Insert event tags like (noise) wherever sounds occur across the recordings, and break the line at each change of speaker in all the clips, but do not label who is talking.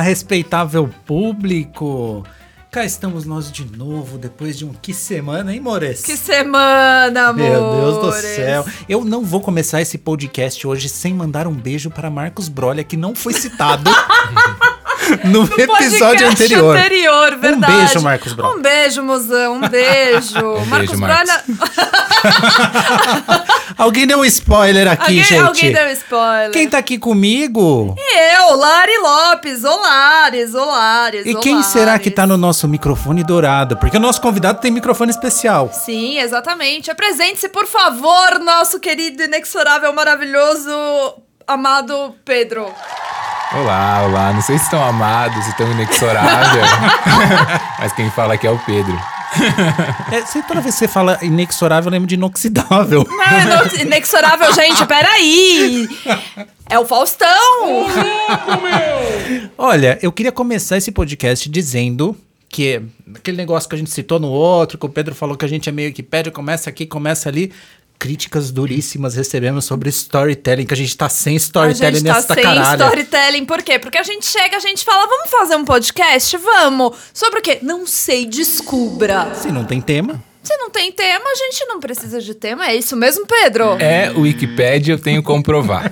respeitável público. Cá estamos nós de novo, depois de um que semana, hein, Mores?
Que semana, amor!
Meu Deus do céu. Eu não vou começar esse podcast hoje sem mandar um beijo para Marcos Brolha, que não foi
(laughs)
citado no,
No podcast
episódio anterior. Um
anterior, verdade.
beijo, Marcos Brolha.
Um beijo, mozão.
(laughs)
Um beijo. Marcos
Marcos.
Brolha.
Alguém deu um spoiler aqui,
Alguém,
gente.
alguém deu um spoiler.
Quem tá aqui comigo?
Eu, Lari Lopes. Olares, Olares.
E quem será que tá no nosso microfone dourado? Porque o nosso convidado tem microfone especial.
Sim, exatamente. Apresente-se, por favor, nosso querido, inexorável, maravilhoso, amado Pedro.
Olá, olá. Não sei se estão amados, se estão inexoráveis. Mas quem fala aqui é o Pedro.
É, sempre toda vez que você fala inexorável, eu lembro de inoxidável.
Ah, ino- inexorável, (laughs) gente, peraí. É o Faustão.
Olha, eu queria começar esse podcast dizendo que aquele negócio que a gente citou no outro, que o Pedro falou que a gente é meio que pede, começa aqui, começa ali. Críticas duríssimas recebemos sobre storytelling, que a gente tá sem
A
storytelling
gente tá
nessa
sem
caralho.
storytelling, por quê? Porque a gente chega, a gente fala, vamos fazer um podcast? Vamos. Sobre o quê? Não sei, descubra.
Se Assim, não tem tema.
Se não tem tema, a gente não precisa de tema, é isso mesmo, Pedro?
É o Wikipédia, eu tenho como provar.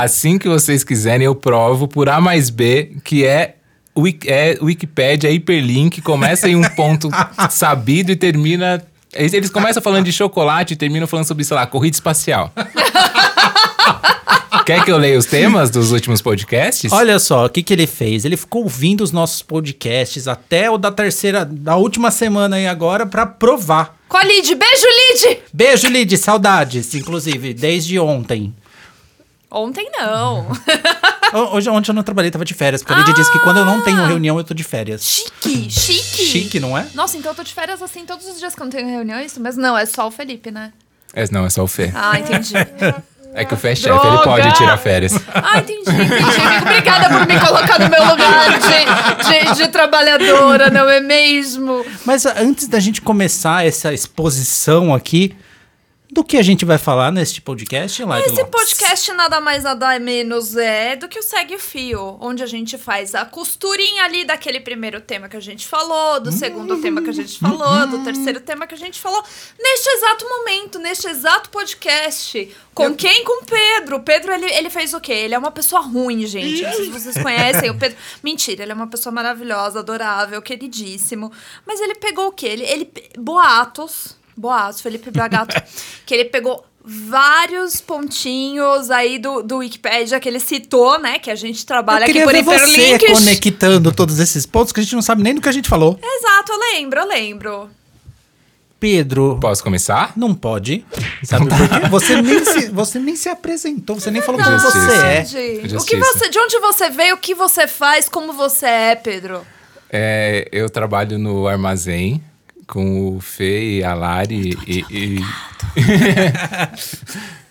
assim que vocês quiserem, eu provo por A mais B, que é. Wik- É Wikipédia, é hiperlink, começa em um ponto sabido e termina. Eles eles começam falando de chocolate e terminam falando sobre, sei lá, corrida espacial. Quer que eu leia os temas dos últimos podcasts?
Olha só, o que, que ele fez? Ele ficou ouvindo os nossos podcasts até o da terceira, da última semana aí agora, pra provar.
Com a Lid, beijo, Lid!
Beijo, Lid, saudades, inclusive, desde ontem.
Ontem não.
Ho- Hoje, ontem eu não trabalhei, tava de férias, porque a Lid disse que quando eu não
Ah!
tenho reunião, eu tô de férias.
Chique, chique.
Chique, não é?
Nossa, então eu tô de férias assim todos os dias que eu não tenho reunião, é isso? Mas não, é só o Felipe, né?
É, não, é só o Fê.
Ah, entendi.
É que o Fê é chefe, ele pode tirar férias.
Ah, entendi, entendi. Obrigada por me colocar no meu lugar de, de, de trabalhadora, não é mesmo?
Mas ah, antes da gente começar essa exposição aqui, do que a gente vai falar neste podcast, Laila?
Esse
Lopes?
podcast nada mais nada menos é do que o Segue o Fio, onde a gente faz a costurinha ali daquele primeiro tema que a gente falou, do segundo tema que a gente falou, do terceiro tema que a gente falou, neste exato momento, neste exato podcast. Com quem? Com o Pedro. O Pedro, ele, ele fez o quê? Ele é uma pessoa ruim, gente. Não sei se vocês conhecem o Pedro. (laughs) Mentira, ele é uma pessoa maravilhosa, adorável, queridíssimo. Mas ele pegou o quê? Ele, ele boatos, boatos, Felipe Bragato, que ele pegou vários pontinhos aí do, do Wikipedia que ele citou, né? Que a gente
Eu
trabalha aqui
queria
por
ver você
hiperlinks.
conectando todos esses pontos que a gente não sabe nem do que a gente falou.
Exato, eu lembro, eu lembro.
Pedro,
Posso começar?
não pode. Sabe por quê? Você nem, se, você nem se apresentou, você nem falou quem
Justiça.
você é.
Entendi. O que
Justiça.
você, de onde você veio, o que você faz, como você é, Pedro?
É, eu trabalho no armazém com o Fê e a Lari e, e-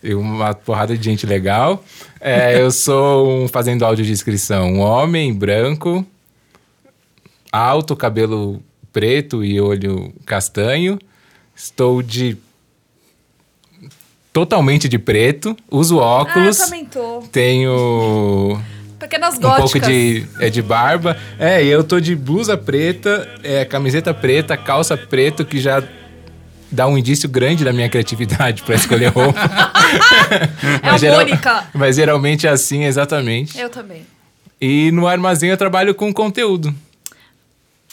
(laughs) e uma porrada de gente legal. É, eu sou um fazendo áudio de inscrição, um homem branco, alto, cabelo preto e olho castanho. Estou de totalmente de preto, uso óculos.
Ah, eu também tô.
Tenho
Pequenas
um
góticas.
pouco de, é, de barba. É, e eu tô de blusa preta, é, camiseta preta, calça preta, que já dá um indício grande da minha criatividade pra escolher roupa.
(laughs) É a Mônica.
Mas geralmente é assim, exatamente.
Eu também.
E no armazém eu trabalho com conteúdo.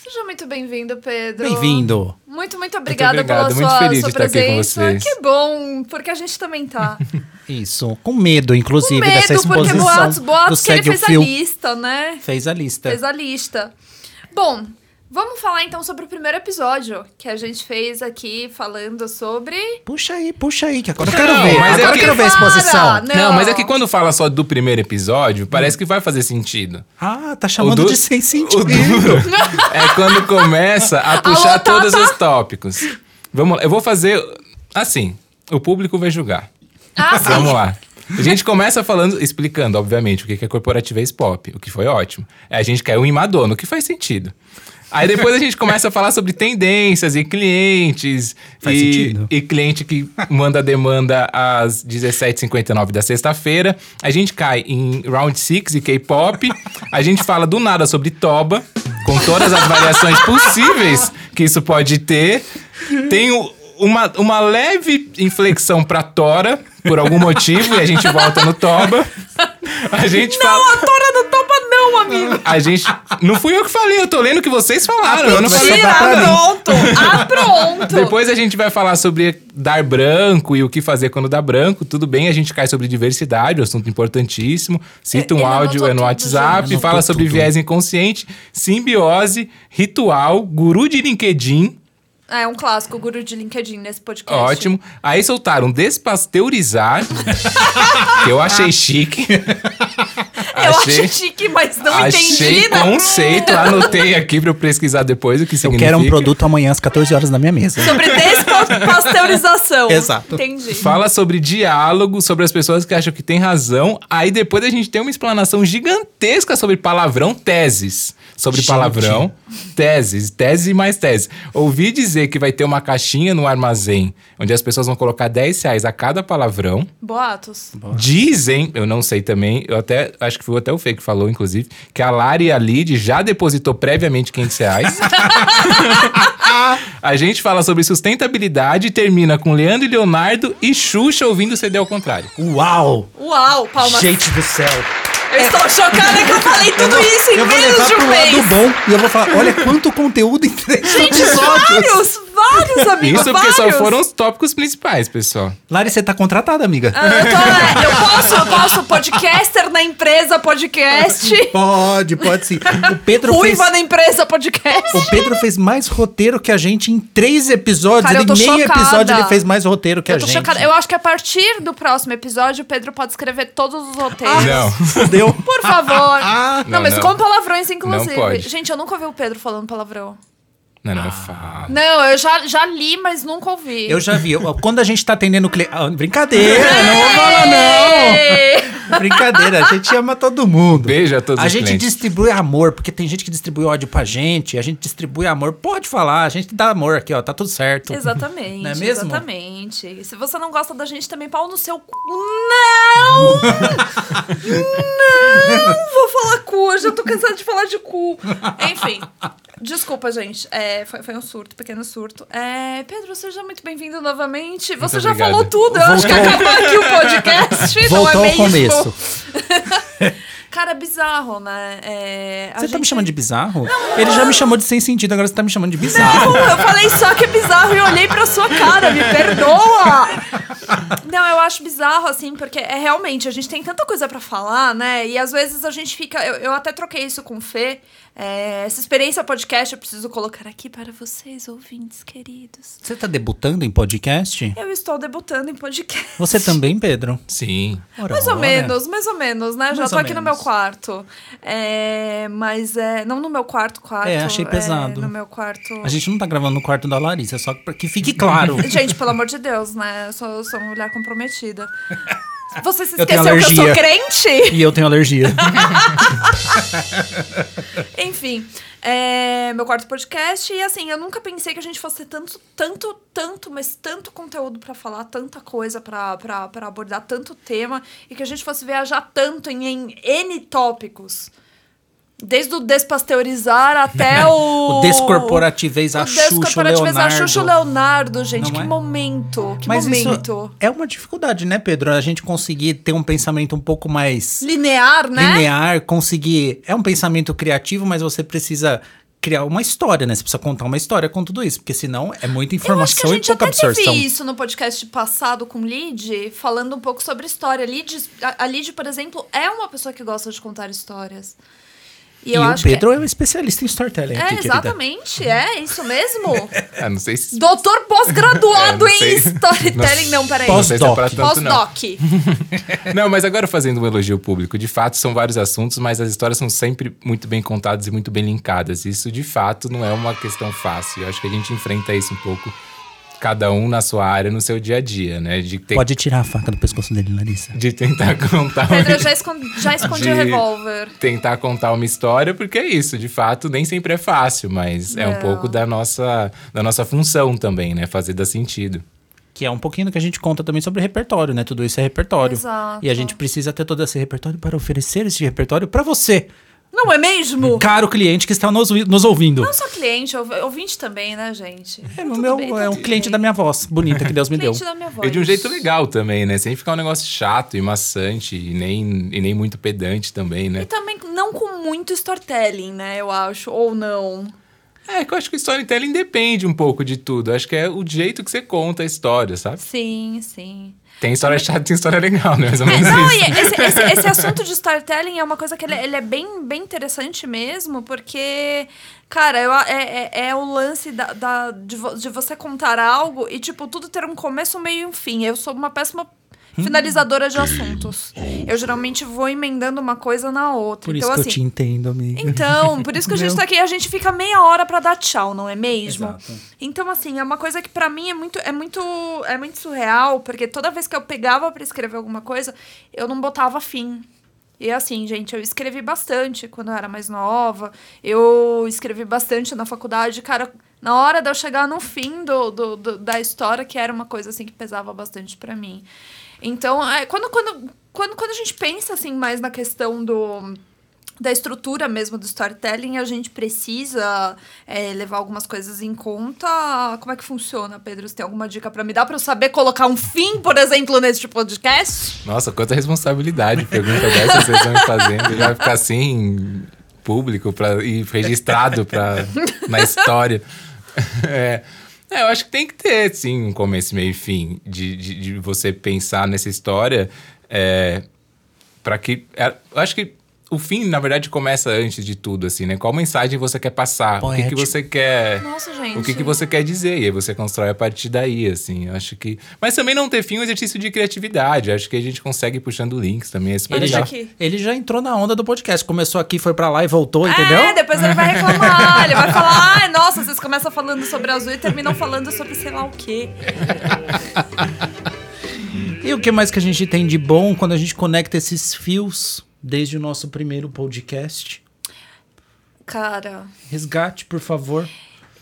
Seja muito bem-vindo, Pedro.
Bem-vindo.
Muito, muito obrigada
obrigado,
pela
muito
sua,
feliz
sua
de estar aqui com
presença.
vocês.
Que bom, porque a gente também tá.
Isso, com medo, inclusive,
Com medo,
dessa
porque
exposição
boatos,
do
boatos que ele
Segue o
fez a
Fio.
lista, né?
Fez a lista.
Fez a lista. Bom, vamos falar então sobre o primeiro episódio que a gente fez aqui falando sobre.
Puxa aí, puxa aí, que agora eu quero
Não,
ver.
mas é
agora eu
que-
quero ver a
Para!
exposição.
Não.
mas é que quando fala só do primeiro episódio, parece que vai fazer
(laughs)
sentido.
Ah, tá
O
chamando
du-
de sem
O
Tipo
sentido.
duro (laughs) é quando começa a puxar
Alô, Tata?
todos os tópicos. Vamos lá, eu vou fazer assim. O público vai julgar.
Ah, sim.
Vamos lá. A gente começa falando, explicando, um obviamente, o que que é corporativez pop, o que foi ótimo. É, A gente caiu em Madonna, o que faz sentido. Aí depois a gente começa a falar sobre tendências e clientes.
Faz
e,
sentido.
e cliente que manda demanda às 17h59 da sexta-feira. A gente cai em Round 6 e K-pop. A gente fala do nada sobre Toba, com todas as variações possíveis que isso pode ter. Tem o- uma, uma leve inflexão pra Tora, por algum motivo, e a gente volta no Toba. A gente fala.
A Tora do Topa não, amigo.
A gente. Não fui eu que falei, eu tô lendo o que vocês falaram. eu não
vai
falei
Mentira,
sobrar pra mim.
pronto. Ah, pronto.
depois a gente vai falar sobre dar branco e o que fazer quando dá branco. Tudo bem, a gente cai sobre diversidade, um assunto importantíssimo.
É,
Cita um
ele
áudio
anotou
é no
tudo,
WhatsApp,
gente.
fala
Anotou
sobre
tudo.
viés inconsciente, simbiose, ritual, guru de LinkedIn.
É um clássico, o guru de LinkedIn nesse podcast.
Ótimo. Aí soltaram despasteurizar, (laughs) que eu
Ah,
achei chique.
Eu acho chique, mas não
achei
entendi, né?
conceito. Anotei aqui pra eu pesquisar depois o
(laughs)
que
Eu
significa.
quero um produto amanhã às 14 horas na minha mesa.
Sobre despasteurização.
Exato.
Entendi.
Fala sobre diálogo, sobre as pessoas que acham que tem razão. Aí depois a gente tem uma explanação gigantesca sobre palavrão, teses. Sobre
Gente.
palavrão, teses, tese e mais tese. Ouvi dizer que vai ter uma caixinha no armazém onde as pessoas vão colocar 10 reais a cada palavrão.
Boatos.
Dizem, eu não sei também, eu até acho que foi até o Fê que falou, inclusive, que a Lari e a Lid já depositou previamente 500
(laughs)
reais. a gente fala sobre sustentabilidade e termina com Leandro e Leonardo e Xuxa ouvindo CD ao contrário.
Uau!
Uau, palmas.
Gente do céu!
Eu estou chocada que eu falei tudo isso em
eu vou
menos
levar
de um
pro
mês.
lado bom e eu vou falar: olha quanto conteúdo em três
(laughs)
episódios!
Vários, vários, amigos,
Isso porque
vários.
só foram os tópicos principais, pessoal.
Lari, você tá contratada, amiga?
Ah, Eu, tô, é, eu posso, eu posso. Podcaster na empresa,
(laughs)
podcast.
Pode, pode sim. O Pedro fez.
Ruiva na empresa, podcast.
O Pedro fez mais roteiro que a gente em três episódios.
Cara, eu
ele,
tô
em meio
chocada.
episódio ele fez mais roteiro que
Eu
a
tô
gente.
chocada. Eu acho que a partir do próximo episódio, o Pedro pode escrever todos os roteiros.
Não.
Fudeu. (laughs)
Por favor.
Ah,
não,
Não,
mas
não.
com palavrões, inclusive.
Não pode.
Gente, eu nunca ouvi o Pedro falando palavrão.
Não, não, fala.
Não, eu já, já li, mas nunca ouvi.
Eu já vi. Eu- Quando a gente tá atendendo o cliente.
(laughs)
brincadeira, não vou falar, não! (laughs) Brincadeira, a gente ama todo mundo.
Beijo a todos
A
os
gente
clientes.
distribui amor, porque tem gente que distribui ódio pra gente, a gente distribui amor. Pode falar, a gente dá amor aqui, ó, tá tudo certo.
Exatamente.
Não é mesmo?
Exatamente. Se você não gosta da gente também, pau no seu
(laughs)
cu. Não! não! Vou falar cu, eu já tô cansada de falar de cu. Enfim. Desculpa, gente. É, foi, foi um surto, pequeno surto. É, Pedro, seja muito bem-vindo novamente. Você já
obrigado.
falou tudo. Eu acho que
Voltou.
acabou aqui o podcast.
Voltou
não é
ao
mesmo?
começo.
Cara, é bizarro, né? É, a
Você tá me
gente-
chamando de bizarro? Ele já me chamou de sem sentido, agora você tá me chamando de bizarro.
Não, eu falei só que é bizarro e olhei pra sua cara, me perdoa! Não, eu acho bizarro, assim, porque é realmente, a gente tem tanta coisa pra falar, né? E às vezes a gente fica. Eu, eu até troquei isso com o Fê. É, essa experiência podcast eu preciso colocar aqui para vocês, ouvintes queridos.
Você tá debutando em podcast?
Eu estou debutando em podcast.
Você também, Pedro?
Sim.
Ora,
Mais ou
ora.
menos, mais ou menos, né? Já
Mais
tô
ou
aqui no meu
menos.
quarto. É, mas é. Não no meu quarto, quarto. eh,
É, achei pesado.
no meu quarto.
A gente não tá gravando no quarto da Larissa, só pra que fique
(laughs)
claro.
Gente, pelo amor de Deus, né? Eu sou, eu sou uma mulher comprometida. Você se
Eu tenho
esqueceu que eu sou
alergia.
crente? (laughs)
e eu tenho alergia.
Enfim, é meu quarto podcast. E assim, eu nunca pensei que a gente fosse ter tanto, tanto, tanto, mas tanto conteúdo pra falar, tanta coisa pra, pra, pra abordar, tanto tema. E que a gente fosse viajar tanto em, em N tópicos. Desde o despasteurizar até
(laughs)
o...
O descorporativez a
o
Xuxa, o
descorporativizar
Leonardo.
Xuxa, o Leonardo, gente.
Não
que
é?
momento, que
Mas isso
momento.
é uma dificuldade, né, Pedro? A gente conseguir ter um pensamento um pouco mais
Linear, né?
linear, conseguir. É um pensamento criativo, mas você precisa criar uma história, né? Você precisa contar uma história com tudo isso, porque senão é muita
Eu acho que
informação
a
e
gente
pouca
até
absorção.
teve isso no podcast passado com Lid, falando um pouco sobre história. Lid, a a Lid, por exemplo, é uma pessoa que gosta de contar histórias. E,
E
eu
o
acho
Pedro é um especialista em storytelling
que. É,
aqui, querida. Uhum.
exatamente, é isso mesmo. (laughs)
Ah, não sei se.
Doutor pós-graduado
É, não
em
sei.
storytelling, não, peraí.
Não sei se é pra
Pós-doc.
tanto, não.
Pós-doc.
Não, mas agora fazendo um elogio público, de fato são vários assuntos, mas as histórias são sempre muito bem contadas e muito bem linkadas. Isso de fato não é uma questão fácil. Eu acho que a gente enfrenta isso um pouco cada um na sua área, no seu dia a dia, né? De, ter-
Pode tirar a faca do pescoço dele, Larissa.
de tentar (laughs) contar uma
Pedro, eu já escondi,
(laughs)
já escondi o
De-
revólver.
tentar contar uma história, porque é isso, de fato, nem sempre é fácil, mas é um
Não.
pouco da nossa, da nossa função também, né? Fazer dar sentido.
Que é um pouquinho do que a gente conta também sobre repertório, né? Tudo isso é repertório.
Exato.
E a gente precisa ter todo esse repertório para oferecer esse repertório para você,
Não é
Uhum.
mesmo?
caro cliente que está nos, nos ouvindo.
Não só cliente, ouv- ouvinte também, né, gente?
é, o meu, é um cliente da minha voz, bonita, que Deus me deu.
Cliente da minha voz.
E de um jeito legal também, né? Sem ficar um negócio chato e maçante e nem, e nem muito pedante também,
E
né?
também não com muito storytelling, né, eu acho. Ou não.
É, que eu acho que o storytelling depende um pouco de tudo. Eu Acho que é o jeito que você conta a história, sabe?
(laughs)
Sim, sim.
Tem história (laughs) chata, tem história legal, né? Mais ou
É,
menos
(laughs) não,
isso.
e esse, esse- esse assunto de storytelling é uma coisa que ele, ele é bem, bem interessante mesmo, porque, cara, eu a- é, é- é o lance da, da- de, vo- de você contar algo e, tipo, tudo ter um começo, meio e um fim. Eu sou uma péssima
Hum.
finalizadora de assuntos. Eu geralmente vou emendando uma coisa na outra.
Por isso
então,
que
assim,
eu te entendo, amiga.
Então, por isso que a gente
Meu.
tá aqui, a gente fica meia hora pra dar tchau, não é mesmo?
Exato.
Então, assim, é uma coisa que pra mim é muito, é muito, é muito surreal, porque toda vez que eu pegava pra escrever alguma coisa, eu não botava fim. E assim, gente, eu escrevi bastante quando eu era mais nova. Eu escrevi bastante na faculdade, cara. Na hora de eu chegar no fim do, do- do- da história, que era uma coisa assim que pesava bastante pra mim. Então, é, quando, quando, quando, quando a gente pensa assim mais na questão do, da estrutura mesmo do storytelling, a gente precisa é, levar algumas coisas em conta. Como é que funciona, Pedro? Você tem alguma dica pra me dar pra eu saber colocar um fim, por exemplo, neste podcast?
Nossa, quanta responsabilidade. Pergunta dessa vocês vão me fazendo. Vai ficar assim, público pra, e registrado pra, na história. (laughs) É, é, eu acho que tem que ter, sim, um começo, meio e fim. De, de, de você pensar nessa história. É, para que. é, eu acho que o fim, na verdade, começa antes de tudo, assim, né? Qual mensagem você quer passar? O que que,
Poético.
você quer.
Nossa, gente.
O que, que você quer dizer? E aí você constrói a partir daí, assim. Eu acho que. Mas também não ter fim é um exercício de criatividade. Eu Acho que a gente consegue ir puxando links também. É super
Ele
Olha
já,
legal.
aqui.
ele já entrou na onda do podcast. Começou aqui, foi pra lá e voltou,
É,
entendeu?
depois ele vai reclamar, ele vai falar, ai, nossa, vocês começam falando sobre azul e terminam falando sobre sei lá o quê.
E o que mais que a gente tem de bom quando a gente conecta esses fios desde o nosso primeiro podcast?
Cara,
Resgate, por favor.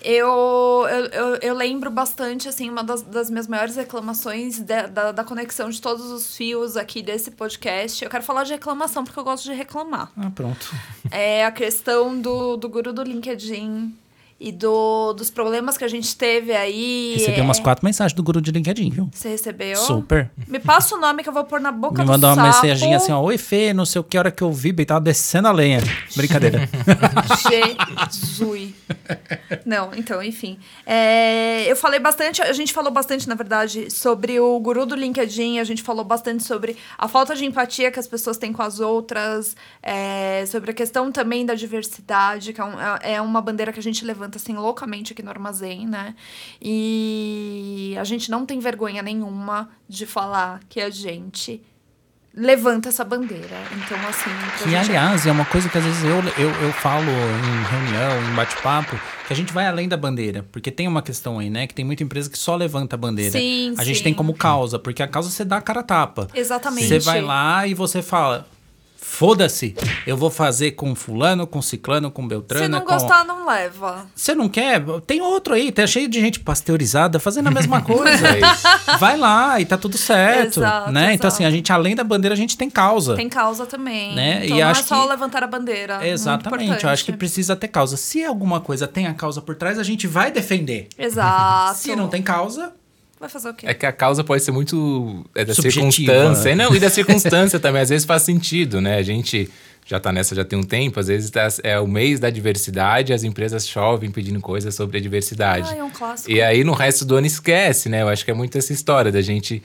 Eu, eu, eu, eu lembro bastante, assim, uma das, das minhas maiores reclamações da, da, da conexão de todos os fios aqui desse podcast. Eu quero falar de reclamação, porque eu gosto de reclamar.
Ah, pronto.
É a questão do, do guru do LinkedIn e do, dos problemas que a gente teve aí.
Recebi
É,
umas quatro mensagens do guru de LinkedIn, viu?
Você recebeu?
Super.
Me passa o nome que eu vou pôr na boca
Me
do
mandou uma
sapo.
mensaginha assim, ó. Oi, Fê, não sei o que hora que eu vi, bem, tava descendo a lenha.
(laughs)
Brincadeira.
Jesus. Não, então, enfim. É, eu falei bastante, a gente falou bastante, na verdade, sobre o guru do LinkedIn, a gente falou bastante sobre a falta de empatia que as pessoas têm com as outras, é, sobre a questão também da diversidade, que é, um- é uma bandeira que a gente levanta, assim, loucamente aqui no armazém, né? E a gente não tem vergonha nenhuma de falar que a gente levanta essa bandeira. Então, assim... pra
Que,
gente-
aliás, é uma coisa que às vezes eu, eu, eu falo em reunião, em bate-papo, que a gente vai além da bandeira. Porque tem uma questão aí, né? Que tem muita empresa que só levanta a bandeira.
Sim,
a gente
sim.
tem como causa, porque a causa você dá a cara a tapa.
Exatamente.
Você vai lá e você fala. Foda-se, eu vou fazer com fulano, com ciclano, com beltrano.
Se não
com...
gostar, não leva.
Você não quer? Tem outro aí, tá cheio de gente pasteurizada fazendo a mesma coisa.
(laughs) É isso.
Vai lá e tá tudo certo,
Exato,
né? Então assim, a
exato.
gente além da bandeira a gente tem causa.
Tem causa também.
Né?
Então
E
não é
acho
só
que-
levantar a bandeira. Muito
Exatamente, eu acho que
importante.
precisa ter causa. Se alguma coisa tem a causa por trás, a gente vai defender.
Exato.
Se não tem causa,
Vai fazer o quê?
É que a causa pode ser muito. É da
Subjetiva.
circunstância. E Não, e da circunstância (laughs) também. Às vezes faz sentido, né? A gente já tá nessa já tem um tempo. Às vezes tá- é o mês da diversidade, as empresas chovem pedindo coisas sobre a diversidade.
Ah, é um clássico.
E aí no resto do ano esquece, né? Eu acho que é muito essa história da gente,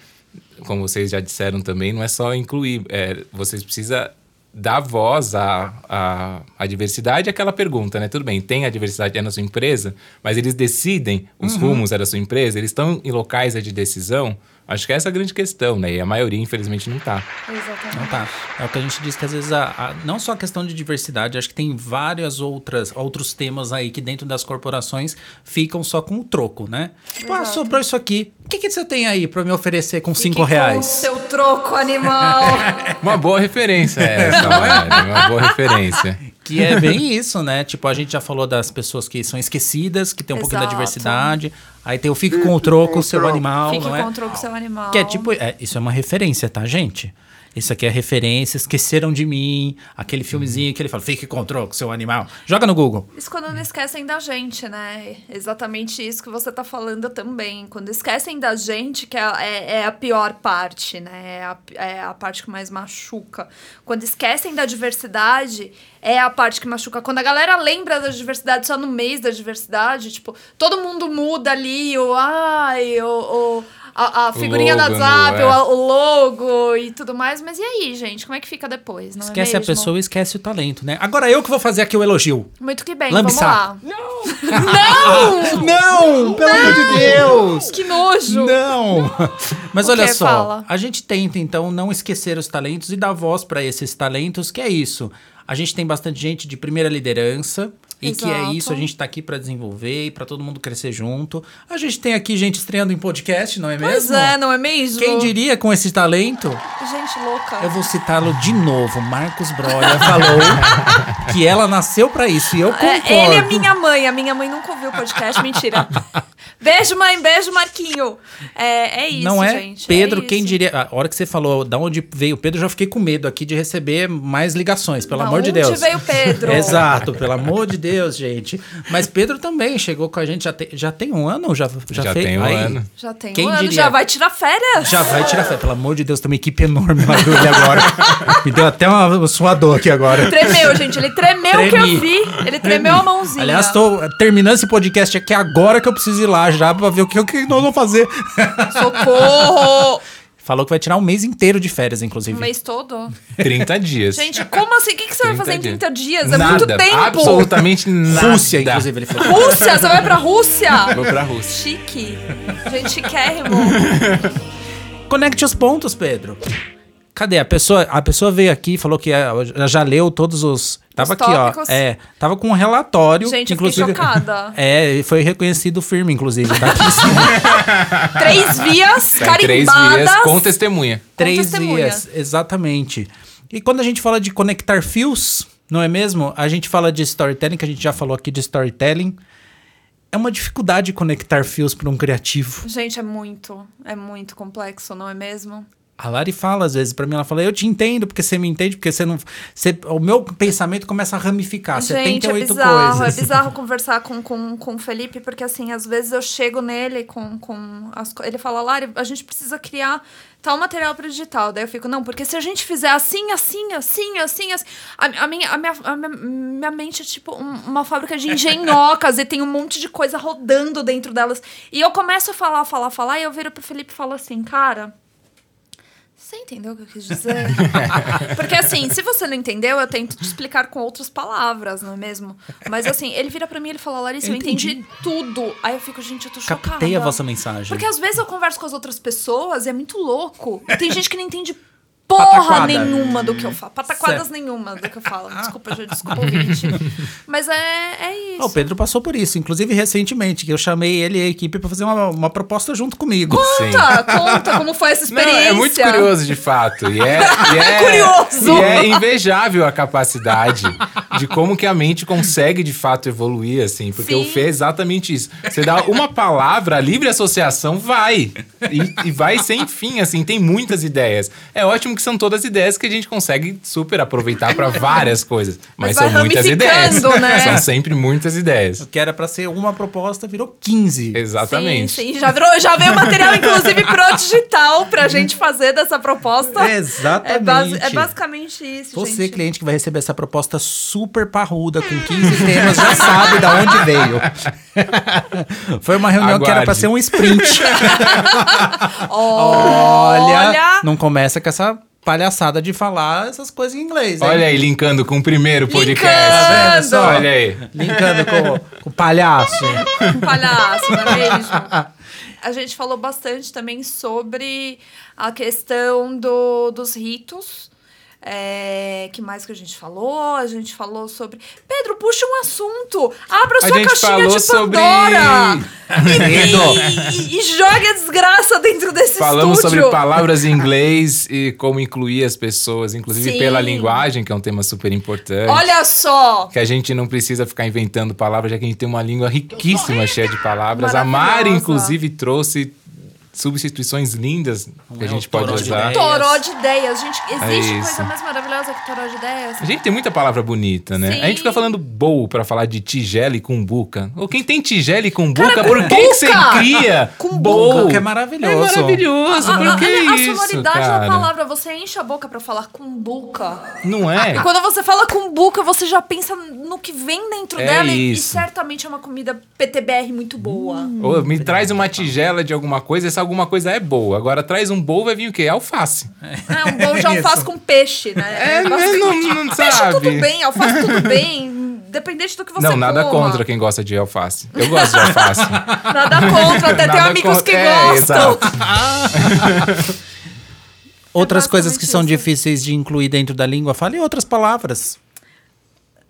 como vocês já disseram também, não é só incluir, é, vocês precisa dá voz à, à, à diversidade, é aquela pergunta, né? Tudo bem, tem a diversidade é na sua empresa, mas eles decidem os rumos é da sua empresa, eles estão em locais é, de decisão. Acho que essa é a grande questão, né? E a maioria, infelizmente, não tá.
Exatamente.
Então tá. É o que a gente diz que às vezes a, a- não só a questão de diversidade, acho que tem várias outras outros temas aí que dentro das corporações ficam só com o troco, né? Tipo, ah,
Exato.
sobrou isso aqui. O que, que você tem aí pra me oferecer com cinco
Fique com o
reais?
Seu troco,
(laughs)
animal.
Uma boa referência essa, né? Mari, É, Uma boa referência.
Que é bem (laughs) isso, né? Tipo, a gente já falou das pessoas que são esquecidas, que tem um pouquinho da
Exato.
diversidade. Aí tem o Fique com o Troco, seu animal,
Fique
não
com
é?
o troco, seu animal.
Que é tipo, é, isso é uma referência, tá, gente? Isso aqui é referência, esqueceram de mim, aquele filmezinho que ele fala, fique com o troco, seu animal. Joga no Google.
Isso quando não esquecem da gente, né? Exatamente isso que você tá falando também. Quando esquecem da gente, que é, é- é a pior parte, né? É a, é a parte que mais machuca. Quando esquecem da diversidade, é a parte que machuca. Quando a galera lembra da diversidade só no mês da diversidade, tipo, todo mundo muda ali, o ai, o. o- a, a figurinha da
logo,
Zap,
é.
o, o logo e tudo mais. Mas e aí, gente? Como é que fica depois? Não é
Esquece a
mesmo?
pessoa, esquece o talento, né? Agora eu que vou fazer aqui o elogio.
Muito que bem,
Lambe
vamos lá.
saco. Não! Pelo amor de Deus!
Que nojo!
Não! Mas
O
olha
quê?
só,
Fala.
a gente tenta então não esquecer os talentos e dar voz para esses talentos, que é isso. A gente tem bastante gente de primeira liderança e que é
Exato.
isso, a gente tá aqui para desenvolver e para todo mundo crescer junto. A gente tem aqui gente estreando em podcast, não é
Pois
mesmo?
é, não é mesmo?
Quem diria com esse talento?
Gente louca.
Eu vou citá-lo de novo. Marcos Breuer
(laughs)
falou que ela nasceu para isso e eu
É,
concordo.
ele é minha mãe. A minha mãe nunca ouviu o
(laughs)
podcast. Mentira. Beijo, mãe. Beijo, Marquinho. É, é isso,
não é
gente. é
Pedro quem
isso.
diria a hora que você falou da onde veio o Pedro eu já fiquei com medo aqui de receber mais ligações pelo
Da
amor de
onde
Deus
veio Pedro?
exato pelo amor de Deus gente mas Pedro também chegou com a gente já tem, já tem um ano ou já já,
Já
fez?
tem um
Aí,
ano.
Já tem
Quem
um ano,
diria?
já vai tirar férias.
já vai tirar fé pelo amor de Deus tem uma equipe enorme lá do ele agora me deu até uma, um suador aqui agora
(laughs) Tremeu, gente. Ele tremeu que
Tremi.
eu vi. Ele tremeu a mãozinha.
Aliás, tô terminando esse podcast aqui agora que eu preciso ir lá já pra ver o que, o que nós vamos fazer.
Socorro!
Falou que vai tirar um mês inteiro de férias, inclusive.
O Um mês todo.
30 dias.
Gente, como assim? O que, que você vai
30
fazer em 30 dias? É
Nada,
muito tempo.
Absolutamente nada.
Rússia, inclusive, ele falou.
Rússia? Você vai pra Rússia?
Vou pra Rússia.
Chique. Gente, chiquérrimo.
Conecte os pontos, Pedro. Cadê? A pessoa, a pessoa veio aqui e falou que é, já- já leu todos os. Tava
Os
aqui,
tópicos.
ó. É. Tava com um relatório.
Gente,
que
eu fiquei
inclusive, (laughs)
chocada.
É, e foi reconhecido firme, inclusive. Tá
(laughs)
aqui em cima.
Três vias
Tá em três
carimbadas.
dias com testemunha.
Três
testemunha.
dias. Exatamente. E quando a gente fala de conectar fios, não é mesmo? A gente fala de storytelling, que a gente já falou aqui de storytelling. É uma dificuldade conectar fios para um criativo.
Gente, é muito, é muito complexo, não é mesmo?
A Lari fala às vezes pra mim, ela fala: "Eu te entendo porque você me entende, porque você não, você- o meu pensamento começa a ramificar,
Gente, é
78
bizarro,
coisas".
é bizarro conversar com, com, com o Felipe, porque assim, às vezes eu chego nele com, com as co- Ele fala, Lari, a gente precisa criar tal material para digital. Daí eu fico, não, porque se a gente fizer assim, assim, assim, assim, assim. A, a minha, a, minha, a minha, minha mente é tipo um- uma fábrica de engenhocas e tem um monte de coisa rodando dentro delas. E eu começo a falar, falar, falar, e eu viro pro Felipe e falo assim, cara. Você entendeu o que eu quis dizer? Porque assim, se você não entendeu, eu tento te explicar com outras palavras, não é mesmo? Mas assim, ele vira pra mim e ele fala, Larissa, eu, entendi. tudo. Aí eu fico, gente, eu tô é chocada.
(laughs) Captei a vossa mensagem.
Porque é às vezes eu converso com as outras pessoas e é muito louco. E tem gente que não entende porra
Pataquada.
nenhuma do que eu falo. Pataquadas nenhuma do que eu falo. Desculpa, gente, desculpa ouvinte. Mas é, é
Ah, o
isso.
Pedro passou por isso, inclusive recentemente, que eu chamei ele e a equipe pra fazer uma, uma proposta junto comigo.
Sim.
Conta, conta como foi essa
Não,
experiência.
é muito curioso, de fato. E é,
(laughs)
e é,
Curioso.
E é invejável a capacidade de como que a mente consegue, de fato, evoluir, assim. Porque
Sim.
o Fê é exatamente isso. Você dá uma palavra, a livre associação vai. E, e vai sem fim, assim. Tem muitas ideias. É ótimo que são todas ideias que a gente consegue super aproveitar para várias coisas.
Mas
Mas,
vai
são muitas ideias.
ramificando, né?
São sempre muitas ideias.
(laughs) Que era pra ser uma proposta, virou 15.
É Exatamente.
Sim, sim. Já, virou, já veio material, inclusive, pro digital
(laughs)
pra gente fazer dessa proposta.
Exatamente.
É, basi- é basicamente isso,
Você,
gente.
cliente que vai receber essa proposta super parruda com 15 temas, já sabe da onde veio. (laughs) Foi uma reunião que era pra
Aguarde.
ser um sprint.
Olha,
Olha, não começa com essa palhaçada de falar essas coisas em inglês.
é.
hein?
Olha aí, linkando com o primeiro podcast.
Tá vendo só?
Olha aí.
Linkando com, com o palhaço.
palhaço, não é
(laughs)
mesmo? A gente falou bastante também sobre a questão do, dos ritos. É, que mais que a gente falou? A gente falou sobre. Pedro, puxa um assunto! Abra
A
sua
gente
caixinha
falou
de
sobre-
Pandora!
(laughs)
Querido.
E, e, e jogue a desgraça dentro desse
Falamos
estúdio!
sobre palavras em inglês (laughs) e como incluir as pessoas, inclusive
Sim.
pela linguagem, que é um tema super importante.
Olha só!
Que a gente não precisa ficar inventando palavras, já que a gente tem uma língua riquíssima, cheia de palavras. A Mari,
Maravilhosa.
inclusive, trouxe substituições lindas que a
É,
gente
o
pode
toró de
usar.
ideia.
Toró de ideias. Gente, existe
É isso.
coisa mais maravilhosa que toró de ideias?
A gente tem muita palavra bonita, né?
Sim.
A gente fica falando bowl pra falar de tigela e cumbuca. Ou quem tem tigela e cumbuca, por que
cumbuca!
que você cria bowl?
Cumbuca, que é maravilhoso.
É maravilhoso,
a,
por que é
a- a
isso,
sonoridade
cara?
da palavra, você enche a boca pra falar cumbuca.
Não é?
E quando você fala cumbuca, você já pensa no que vem dentro
É
dela e-
isso. Hum.
e certamente é uma comida PTBR muito boa.
Ô, me traz uma tigela de alguma coisa, essa alguma coisa é boa. Agora traz um bowl, vai vir o quê? Alface.
É,
(laughs)
um bom já
Isso.
alface com peixe, né?
É, não, não, não
peixe
sabe.
tudo bem, alface
(laughs)
tudo bem. Dependente do que você
não, nada
coma.
contra quem gosta de alface. Eu gosto de (laughs) alface.
Nada contra,
(laughs)
até tem
Nada
amigos
contra-
que
é,
gostam.
exato.
Outras
É
coisas que são
basicamente isso.
difíceis de incluir dentro da língua, fale outras palavras.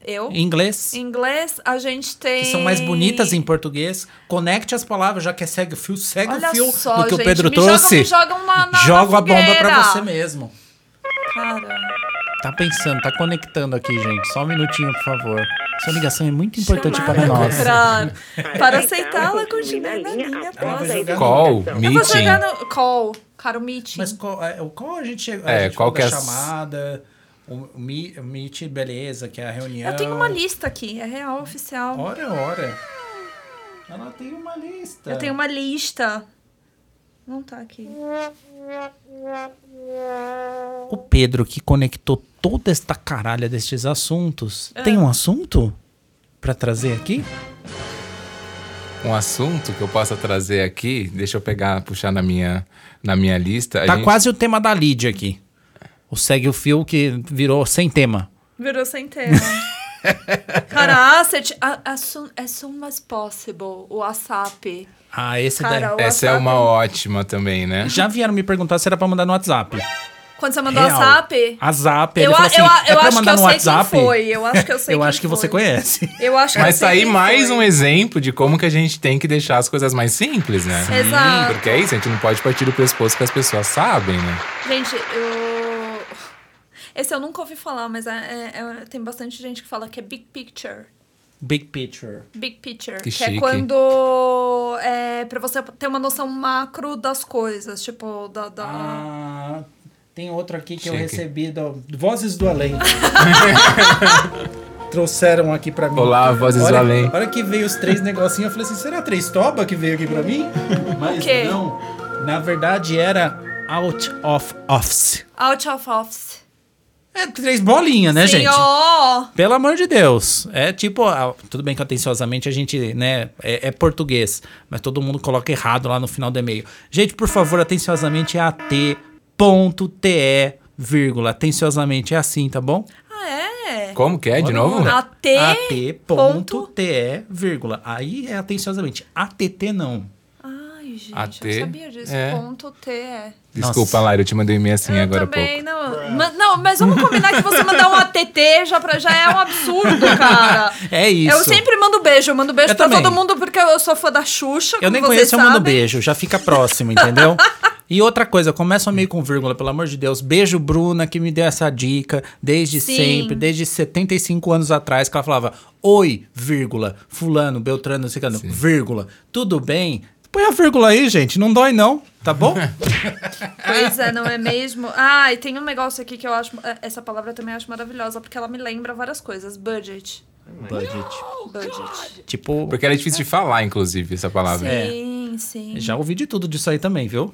Eu?
Em inglês.
Em inglês, a gente tem.
Que são mais bonitas em português. Conecte as palavras, já que é segue o fio, segue
Olha
o fio
só,
do que o
gente,
Pedro
me
trouxe.
jogam- me jogam na- na- na
Joga a bomba pra
fogueira.
você mesmo.
Cara,
Tá pensando, tá conectando aqui, gente. Só um minutinho, por favor. Sua ligação é muito importante
chamada
para nós.
Pra, para aceitá-la, continue na linha
Ela vai
após a
jogar-
Call,
Eu vou
meeting.
jogar no call, cara, o meeting.
Mas qual, é, o qual a gente chega?
É,
a gente falou
qual que
da
é as-
chamada, o, o mi- o meet, beleza, que é a reunião.
eu tenho uma lista aqui, é real, oficial.
Hora, é hora. Ela tem uma lista.
Eu tenho uma lista. Não tá aqui.
O Pedro, que conectou toda esta caralha destes assuntos,
Ah.
tem um assunto pra trazer aqui?
Um assunto que eu possa trazer aqui, deixa eu pegar, puxar na minha, na minha lista. A
Tá
gente-
quase o tema da Lídia aqui. O Segue o Fio que virou sem tema.
Virou
(laughs)
sem tema. Cara, asset, a- as soon, as soon as possible, o ASAP.
Ah, esse
Cara,
daí.
o
Essa é
WhatsApp-
uma ótima também, né?
Já vieram me perguntar se era pra mandar no WhatsApp.
Quando você mandou o
Real.
WhatsApp?
A Zap.
Eu,
ele
a-
falou assim,
eu, a-
é pra
eu acho que
mandar
eu
no
sei
WhatsApp?
quem foi. Eu acho que eu sei
Eu
quem
acho que você
foi.
conhece.
Eu acho que eu
Mas
sei
tá aí
quem
mais
foi.
um exemplo de como que a gente tem que deixar as coisas mais simples, né?
Exato.
Porque é isso, a gente não pode partir do pressuposto que as pessoas sabem, né?
Gente, eu. (laughs) Esse eu nunca ouvi falar, mas é- é- é- tem bastante gente que fala que é big picture.
Big Picture.
Big picture.
Que
Que,
chique.
é quando. É, pra você ter uma noção macro das coisas. Tipo, da. da-
Ah, tem outro aqui que eu
Chique.
recebi da Vozes do
(laughs)
Além. Trouxeram aqui pra mim.
Olá, Vozes do
Olha-
Além.
Olha que veio os três negocinhos, eu falei assim, será três toba que veio aqui pra mim? Mas
quê?
não. Na verdade era out of office.
Out of office.
É três bolinhas, né, gente?
Senhor!
Pelo amor de Deus. É tipo, ah, tudo bem que atenciosamente a gente, né, é, é português, mas todo mundo coloca errado lá no final do e-mail. Gente, por favor, atenciosamente é at.te, vírgula, atenciosamente é assim, tá bom?
Ah, é?
Como que é, de
Olha,
novo?
olha.
AT. ponto-
at.te, vírgula. Aí é atenciosamente. ATT não.
Ai, gente,
AT,
eu não sabia disso.
é.
Ponto T é.
Desculpa,
Nossa.
Lara, eu te mandei um e-mail assim
eu
agora há pouco.
também, não. Ma- não, mas vamos combinar que você mandar um ATT já, pra, já é um absurdo, cara.
(laughs) É isso.
Eu sempre mando beijo, eu mando beijo
Eu
pra
também.
todo mundo porque eu sou fã da Xuxa.
Eu
como
nem
vocês
conheço, eu mando
sabem.
beijo, já fica próximo,
(laughs)
entendeu? E outra coisa, começa o meio com vírgula, pelo amor de Deus. Beijo, Bruna, que me deu essa dica desde
Sim.
sempre, desde 75 anos atrás, que ela falava: Oi, vírgula, fulano, beltrano, não sei o que, vírgula, tudo bem? Põe a vírgula aí, gente, não dói não, tá
(laughs)
bom? (laughs)
Pois é, não é mesmo? Ah, e tem um negócio aqui que eu acho. eh, Essa palavra eu também acho maravilhosa, porque ela me lembra várias coisas. Budget.
Budget.
Budget.
Tipo,
Porque ela é difícil de falar, inclusive, essa palavra.
Sim, sim.
já ouvi de tudo disso aí também, viu?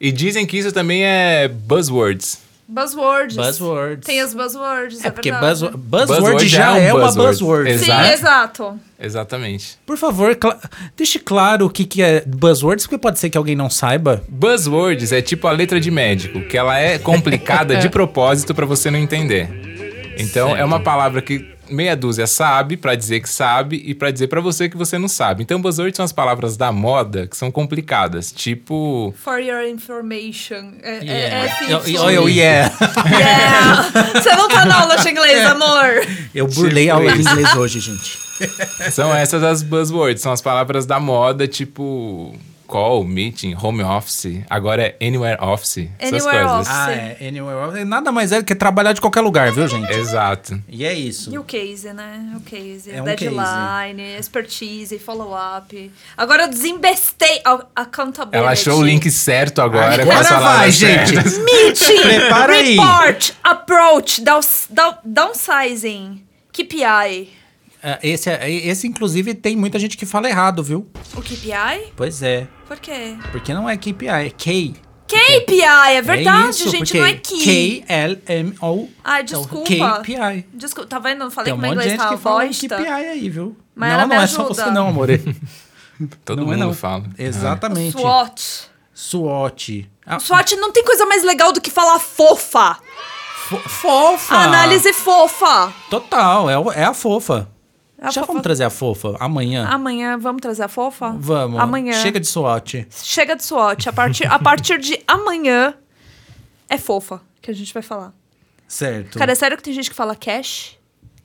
E dizem que isso também é buzzwords.
Buzzwords.
Buzzwords.
Tem as buzzwords, é,
É porque
verdade.
buzz- buzzword, já é,
um
uma
buzzword.
buzzword.
Ex-
Sim,
Exato.
exato.
Exatamente.
Por favor, cla- deixe claro o que, que é buzzwords, porque pode ser que alguém não saiba.
Buzzwords é tipo a letra de médico, que ela é complicada de propósito pra você não entender. Então é uma palavra que meia dúzia sabe pra dizer que sabe e pra dizer pra você que você não sabe. Então buzzwords são as palavras da moda que são complicadas, tipo
For your information. É, é- é assim.
Eu- eu- eu- yeah. É.
Yeah. Você não tá na aula de inglês, amor.
(laughs) Eu burlei a aula de inglês hoje, gente.
São essas as buzzwords, são as palavras da moda, tipo call, meeting, home office, agora é anywhere office, essas
Anywhere
coisas.
office.
Ah, é. Anywhere. else. Nada mais é do que trabalhar de qualquer lugar, viu, gente?
Exato.
E é isso.
E o case, né? O case.
É um
deadline, expertise, follow-up. Agora eu desembestei a accountability.
Ela achou o link certo agora. com as
Agora
palavras
vai, gente.
certas.
(laughs)
Meeting,
Prepara aí.
report, approach, down- down- downsizing, KPI.
Ah, Esse, é- esse, inclusive, tem muita gente que fala errado, viu?
O KPI?
Pois é.
Por quê?
Porque não é KPI, é K.
KPI, é verdade,
é isso,
gente,
porque
não é key.
K-L-M-O.
Ai,
Então,
desculpa.
KPI.
Desculpa, tá vendo? Não falei
Tem um
que meu
monte de
inglês
gente
tava
que fala KPI
bosta.
aí, viu?
Mas
não,
ela
não
me
é só
ajuda.
você (laughs) não, amore.
Todo
não
mundo
é não.
fala.
Exatamente.
SWOT.
SWOT. Ah,
SWOT não tem coisa mais legal do que falar fofa.
fo- fofa.
Análise fofa.
Total, é, o- é a fofa.
É a
Já
fofa.
vamos trazer a fofa amanhã?
Amanhã, vamos trazer a fofa?
Vamos.
Amanhã.
Chega de SWOT.
Chega de SWOT. A partir, a partir de amanhã é fofa que a gente vai falar.
Certo.
Cara, é sério que tem gente que fala cash?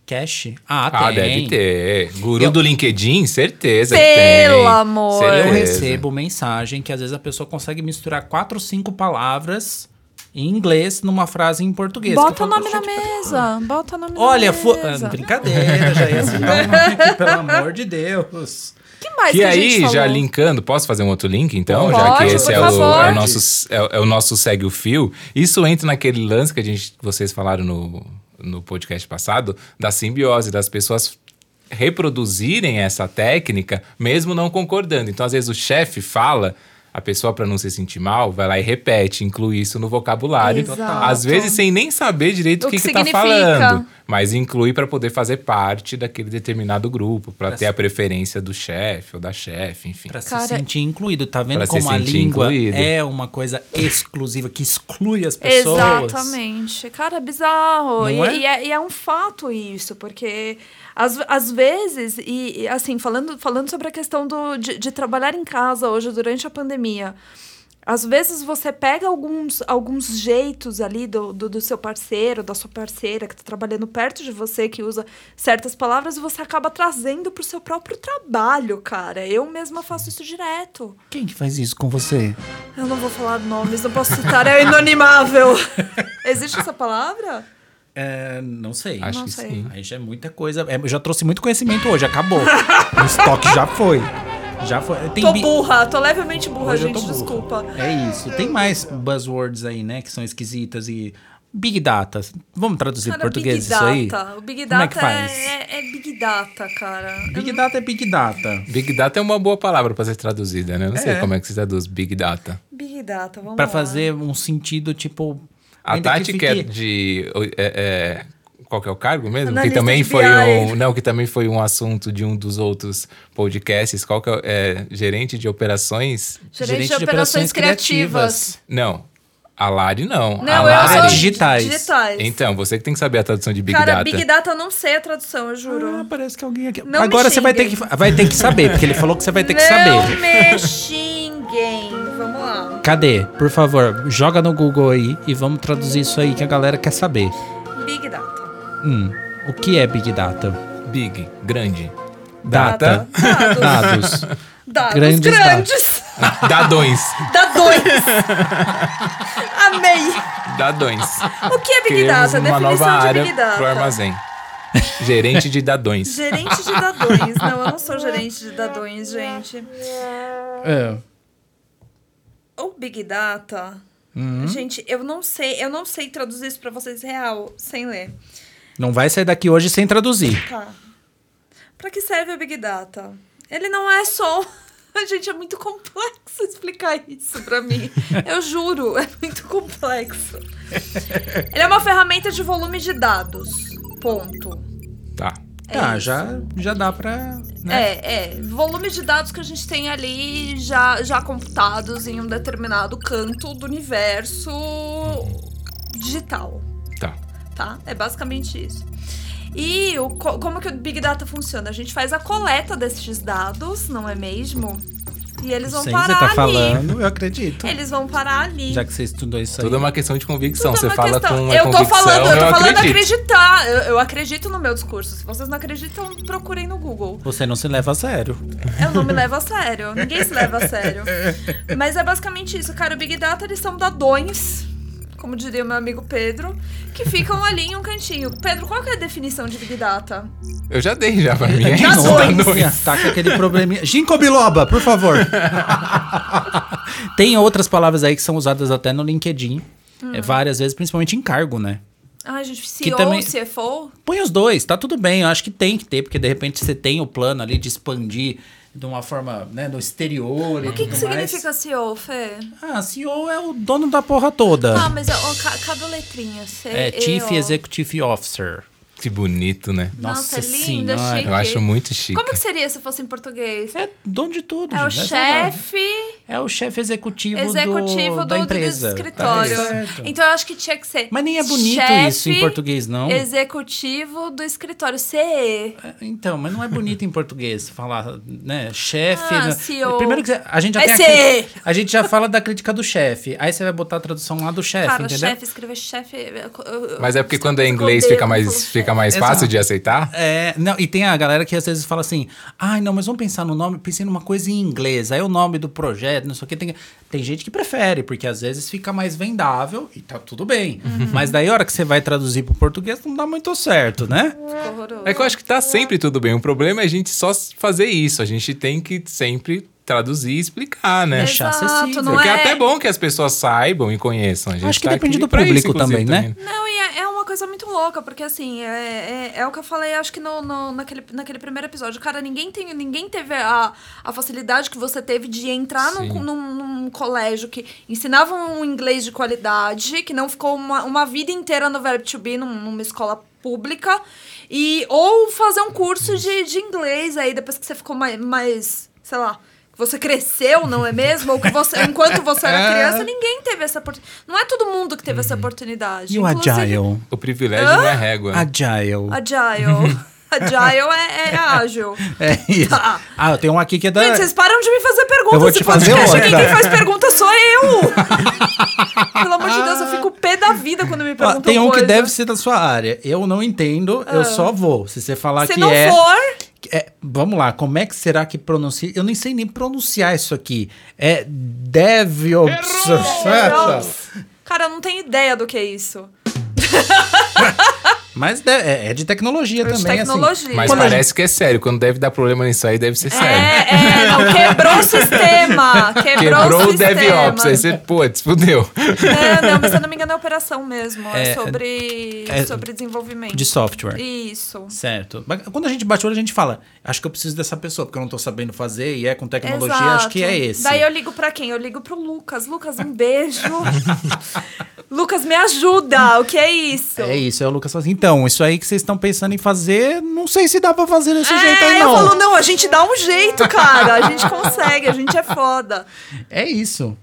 Cash? Ah,
Ah,
tem.
deve ter. Guru
Eu-
do LinkedIn, certeza. que
Pelo
tem.
amor.
Certeza.
Eu recebo mensagem que às vezes a pessoa consegue misturar quatro, cinco palavras em inglês numa frase em português. Que
Bota
eu falo,
o nome na
"Gente,
mesa. Bota o nome
Olha,
na
fo...
mesa.
ah, brincadeira, já ia citar o nome
(laughs)
aqui, pelo amor de Deus.
O que mais
E
que a gente
aí, já
falou?
linkando, posso fazer um outro link então? já que
Pode,
esse
por
é o,
favor.
é o nosso, é, o- é o nosso segue o fio. Isso entra naquele lance que a gente, que vocês falaram no, no podcast passado, da simbiose, das pessoas reproduzirem essa técnica, mesmo não concordando. Então, às vezes, o chefe fala. A pessoa, para não se sentir mal, vai lá e repete, inclui isso no vocabulário.
Exato.
Às vezes, sem nem saber direito o
O
que,
que
está
significa.
falando. Mas inclui para poder fazer parte daquele determinado grupo, para ter a preferência do chefe ou da chefe, enfim.
Pra se
Cara,
sentir incluído, tá vendo
pra se
como a
sentir
língua
incluído.
é uma coisa exclusiva que exclui as pessoas?
Exatamente. Cara, é
Não
bizarro. E
é?
e é? E, é, um fato isso, porque às, às vezes, e e, assim, falando, falando sobre a questão do, de, de trabalhar em casa hoje durante a pandemia. Às vezes você pega alguns, alguns jeitos ali do, do, do seu parceiro, da sua parceira que está trabalhando perto de você, que usa certas palavras, e você acaba trazendo pro seu próprio trabalho, cara. Eu mesma faço isso direto.
Quem que faz isso com você?
Eu não vou falar nomes, não posso citar, é inanimável. Existe essa palavra?
É, não sei.
Acho
Não
que
sei.
sim.
Aí já é muita coisa. É, eu já trouxe muito conhecimento hoje,
(laughs)
acabou. o estoque já foi. Já foi. Tem
Tô
bi-
burra, tô levemente burra,
Hoje eu
gente,
tô burro.
desculpa.
É isso. Tem mais buzzwords aí, né? Que são esquisitas e. Big Data. Vamos traduzir para
Cara,
português
Big Data.
isso aí?
O Big
Como é que
Data
faz?
é, é Big Data, cara.
Big Data é Big Data.
Big Data é uma boa palavra para ser traduzida, né? Eu Não sei
É.
como é que se traduz Big Data.
Big Data, vamos
Pra
lá.
fazer um sentido tipo.
A
ainda
Tati, que é
fique-
de. é- é- qual que é o cargo mesmo? que
Analista de
também foi
BI.
um. Não, que também foi um assunto de um dos outros podcasts. Qual que é, o- é gerente de operações?
Gerente, de, operações, criativas.
Não. A Lari não. a
Não, eu
Lari.
sou
Digitais.
digitais.
Então, você que tem que saber a tradução de Big
cara,
Data.
Big Data eu não sei a tradução, eu
Ah,
juro.
parece que alguém aqui.
Não me
Agora você vai ter, que,
xinguem.
vai ter que saber, porque ele falou que você vai ter que
não
saber.
me xinguem. Vamos lá.
Cadê? Por favor, joga no Google aí e vamos traduzir isso aí que a galera quer saber.
Big Data.
Hum, o que é Big Data?
Big, grande.
Data. (laughs)
Dados.
Dados.
Dados
Grandes
grandes.
Dadões.
Dá
(laughs)
dois. Amei.
Dadões.
O que é Big
Queremos
Data?
uma nova
Definição de
área
Big Data.
pro armazém. Gerente de dadões.
Gerente de dadões. Não, eu não sou gerente de dadões, gente.
É.
O Big Data.
Uhum.
Gente, eu não sei, eu não sei traduzir isso pra vocês real, sem ler.
Não vai sair daqui hoje sem traduzir.
Tá. Pra que serve o Big Data? Ele não é só (laughs) Gente, é muito complexo explicar isso pra mim. Eu juro, é muito complexo. Ele é uma ferramenta de volume de dados. Ponto.
Tá.
ah,
isso.
já, já dá pra. Né?
É, é. Volume de dados que a gente tem ali já, já computados em um determinado canto do universo digital,
Tá.
tá? É basicamente isso. E o co- como que o Big Data funciona? A gente faz a coleta desses dados, não é mesmo? E eles É, vão
Sem você
parar
tá
ali. É
falando, eu acredito.
Eles vão parar ali.
Já que você estudou isso aí.
Tudo é uma questão de convicção.
Tudo é uma
Você fala
questão.
com uma
eu
convicção,
tô falando, eu tô falando
acredito.
acreditar. Eu, eu acredito no meu discurso. Se vocês não acreditam, procurem no Google.
Você não se leva a sério.
Eu não me levo a sério. Ninguém se leva a sério. Mas é basicamente isso, cara. O Big Data, eles são dadões, como diria o meu amigo Pedro, que ficam ali em um cantinho. Pedro, qual que é a definição de Big Data?
Eu já dei já
(laughs)
pra mim.
De
Dá
novo,
dois.
Tá com aquele probleminha. Ginkgo biloba, por favor. Tem outras palavras aí que são usadas até no LinkedIn. é, várias vezes, principalmente em cargo, né?
Ai, gente, CEO,
Que também-
CFO?
Põe os dois, tá tudo bem. Eu acho que tem que ter, porque de repente você tem o plano ali de expandir de uma forma, né, no exterior.
O que, que significa CEO, Fê?
Ah, CEO é o dono da porra toda.
Ah, mas ó, ca- cada letrinha. CEO.
é Chief Executive Officer.
Que bonito, né?
Nossa,
Nossa
é lindo, é
Senhora.
chique.
Eu acho muito chique.
Como que seria se fosse em português?
É dono de tudo.
É o
gente, verdade.
chefe...
É o chefe executivo,
executivo
do,
do,
da
do
empresa. tá
escritório.
certo.
então eu acho que tinha que ser.
Mas nem é bonito
chefe
isso em português, não?
Executivo do escritório, CE.
Então, mas não é bonito em português falar, né? Chefe.
Ah,
né?
CEO.
Primeiro que a gente já
Vai
tem a
ser.
cri- a, gente já fala da crítica do chefe. Aí você vai botar a tradução lá do chefe,
Cara,
entendeu?
chefe, escrever chefe. eu- eu- eu-
Mas é porque quando é
eu
inglês
odeio
fica
quando
mais,
falam
fica mais
Exato.
fácil de aceitar?
É, não, e tem a galera que às vezes fala assim: ai, não, mas vamos pensar no nome, pensei numa coisa em inglês, aí o nome do projeto, não sei o que. Tem, tem gente que prefere, porque às vezes fica mais vendável e tá tudo bem.
Uhum.
Mas daí a hora que você vai traduzir pro português não dá muito certo, né?
chefe, fica horroroso.
É que eu acho que tá sempre tudo bem. O problema é a gente só fazer isso. A gente tem que sempre traduzir e explicar, né?
Exato.
Exato,
acessível.
não
Porque é
é...
até bom que as pessoas saibam e conheçam. A gente
Acho que
tá
depende
aqui
do
pra isso,
público
inclusive,
também, né?
Não, e é, é uma coisa muito louca, porque assim, é, é, é o que eu falei, acho que no, no- naquele, naquele primeiro episódio. Cara, ninguém, tem, ninguém teve a, a facilidade que você teve de entrar num,
Sim.
co- num, num colégio que ensinava um inglês de qualidade, que não ficou uma, uma vida inteira no verb to be, num- numa escola pública, e ou fazer um curso de, de inglês aí, depois que você ficou mais, mais sei lá. que Você cresceu, não é mesmo? Ou que você, enquanto você era
(laughs) É. Uhum.
criança, ninguém teve essa oportunidade. Não é todo mundo que teve essa oportunidade.
E o
Inclusive,
Agile?
O privilégio não é régua. né?
Agile. (laughs)
Agile. Agile é, é ágil.
É isso.
(laughs) Tá.
Ah, eu tenho um aqui que é da.
Gente, vocês param de me fazer perguntas.
Eu vou te
Esse
fazer
podcast aqui,
outra.
quem faz pergunta sou eu. (laughs) Pelo amor de Deus, eu fico pé da vida quando me
Ó,
perguntam
tem um que
coisa.
deve ser da sua área. Eu não entendo, eu só vou. Se você falar
Se
que
não
é,
for,
é- Vamos lá, como é que será que pronuncia? Eu nem sei nem pronunciar isso aqui. É DevOps.
DevOps. cara, eu não tenho ideia do que é isso.
Mas de- é, é de tecnologia
de
também.
tecnologia.
Assim.
Mas
Quando a
parece que é sério. Quando deve dar problema nisso aí, deve ser sério.
É, é, não, quebrou o sistema. Quebrou,
Quebrou
o
o
sistema.
DevOps. Aí você, putz, fudeu.
É, não, mas se eu não me engano é operação mesmo. É,
É,
sobre,
é,
sobre desenvolvimento.
De software.
Isso.
Certo. Mas quando a gente bate o olho, a gente fala, acho que eu preciso dessa pessoa, porque eu não tô sabendo fazer, e é com tecnologia, acho que é esse.
Daí eu ligo pra quem? Eu ligo pro Lucas. Lucas, um beijo. (laughs) Lucas, me ajuda. O que é isso?
É isso, é o Lucas fala assim, então, isso aí que vocês estão pensando em fazer, não sei se dá pra fazer desse
É,
jeito aí
eu
não.
falo, não, a gente dá um jeito, cara. A gente consegue, a gente é foda.
É isso.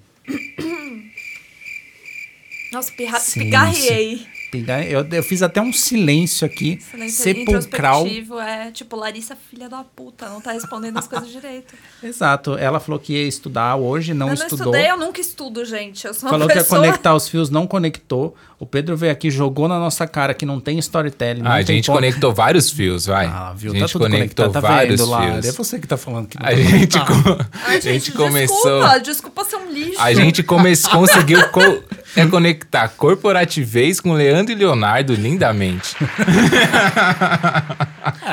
Nossa, pirra-
Silêncio.
pigarriei.
Pegar- Eu, eu fiz até um silêncio aqui,
Silêncio
sepulcral.
introspectivo, É tipo, Larissa, filha da puta, não tá respondendo as coisas direito.
Exato, ela falou que ia estudar hoje, não,
eu não
estudou.
estudei, eu nunca estudo, gente. Eu sou uma
Falou que ia
pessoa... (laughs)
conectar os fios, não conectou. O Pedro veio aqui, jogou na nossa cara que não tem storytelling. não
Ah, a
tem
gente
ponto.
conectou vários fios, vai.
Ah, viu?
A gente
tá tudo
conectou
conectado. Tá
vários
vendo, Lara? É
fios.
você que tá falando que não
A
tá
gente,
conectado.
co-
Ai,
a gente começou.
Ah, Desculpa, desculpa ser um lixo.
A gente come conseguiu co- é conectar corporativez com Leandro e Leonardo lindamente.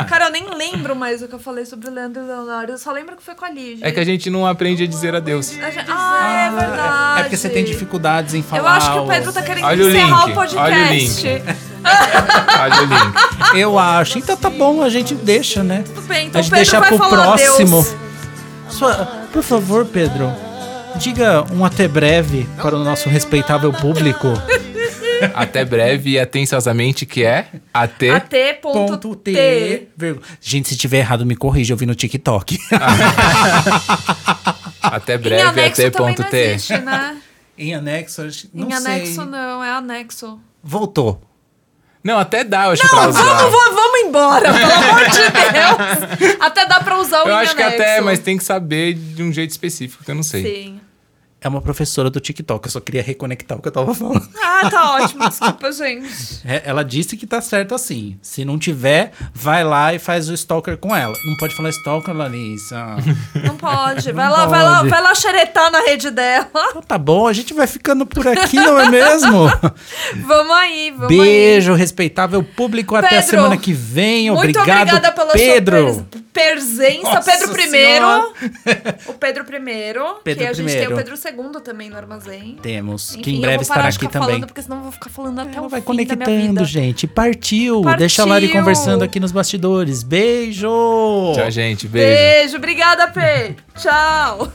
Cara, eu nem lembro mais o que eu falei sobre o Leandro e Leonardo. Eu só lembro que foi com a Lígia.
É que a gente não aprende a dizer adeus.
A gente- Ah, é verdade.
É porque você tem dificuldades em falar.
Eu acho que o
o-
Pedro tá querendo
Olha o
encerrar
link,
o podcast.
olha Olha o link.
Eu acho. Então tá bom, a gente deixa, né?
Tudo assim. bem,
a
então o
gente
Pedro
deixa
vai
pro
falar
próximo.
adeus.
Sua- Por favor, Pedro, diga um até breve para o nosso respeitável público.
Até breve e atenciosamente que é até.
Ponto T. Ah,
AT.T.
vírgula. Gente, se tiver errado, me corrija, eu vi no (laughs) TikTok.
Até
Em
breve
anexo
até
também
ponto
não
é T.
existe, né?
em anexo, acho- não
Em
sei.
anexo não, é anexo.
Voltou.
Não, até dá, eu acho, pra
Vamos,
usar.
vamos, vamos embora,
(laughs)
pelo amor de Deus. Até dá pra usar o
eu
em
acho que
anexo.
até, é mas tem que saber de um jeito específico que eu não sei.
Sim.
É uma professora do TikTok, eu só queria reconectar o que eu tava falando.
Ah, tá ótimo, desculpa, gente.
É, ela disse que tá certo assim. Se não tiver, vai lá e faz o stalker com ela. Não pode falar stalker, Larissa.
Não pode. Vai lá, vai lá,
pode.
vai lá xeretar na rede dela.
(laughs) então tá bom, a gente vai ficando por aqui, não é mesmo?
(laughs) Vamos aí, vamos aí.
Beijo, respeitável público. até a
Pedro,
semana que vem.
Muito
Obrigado,
obrigada pela
Pedro.
sua pres- presença,
Nossa
Pedro primeiro.
Senhora.
O Pedro primeiro.
Pedro
que a gente
primeiro.
tem o Pedro segundo também no armazém.
Temos, que
Enfim,
em
eu
breve
vou
estará
parar de
aqui
ficar
também. É,
Falando, porque senão eu vou ficar falando até
Ela
tá o
vai
fim da minha
conectando,
vida.
gente. Partiu.
Partiu.
Deixa a Lari conversando aqui nos bastidores. Beijo.
Tchau, gente. Beijo.
(laughs)
Beijo, obrigada, Pê. Tchau.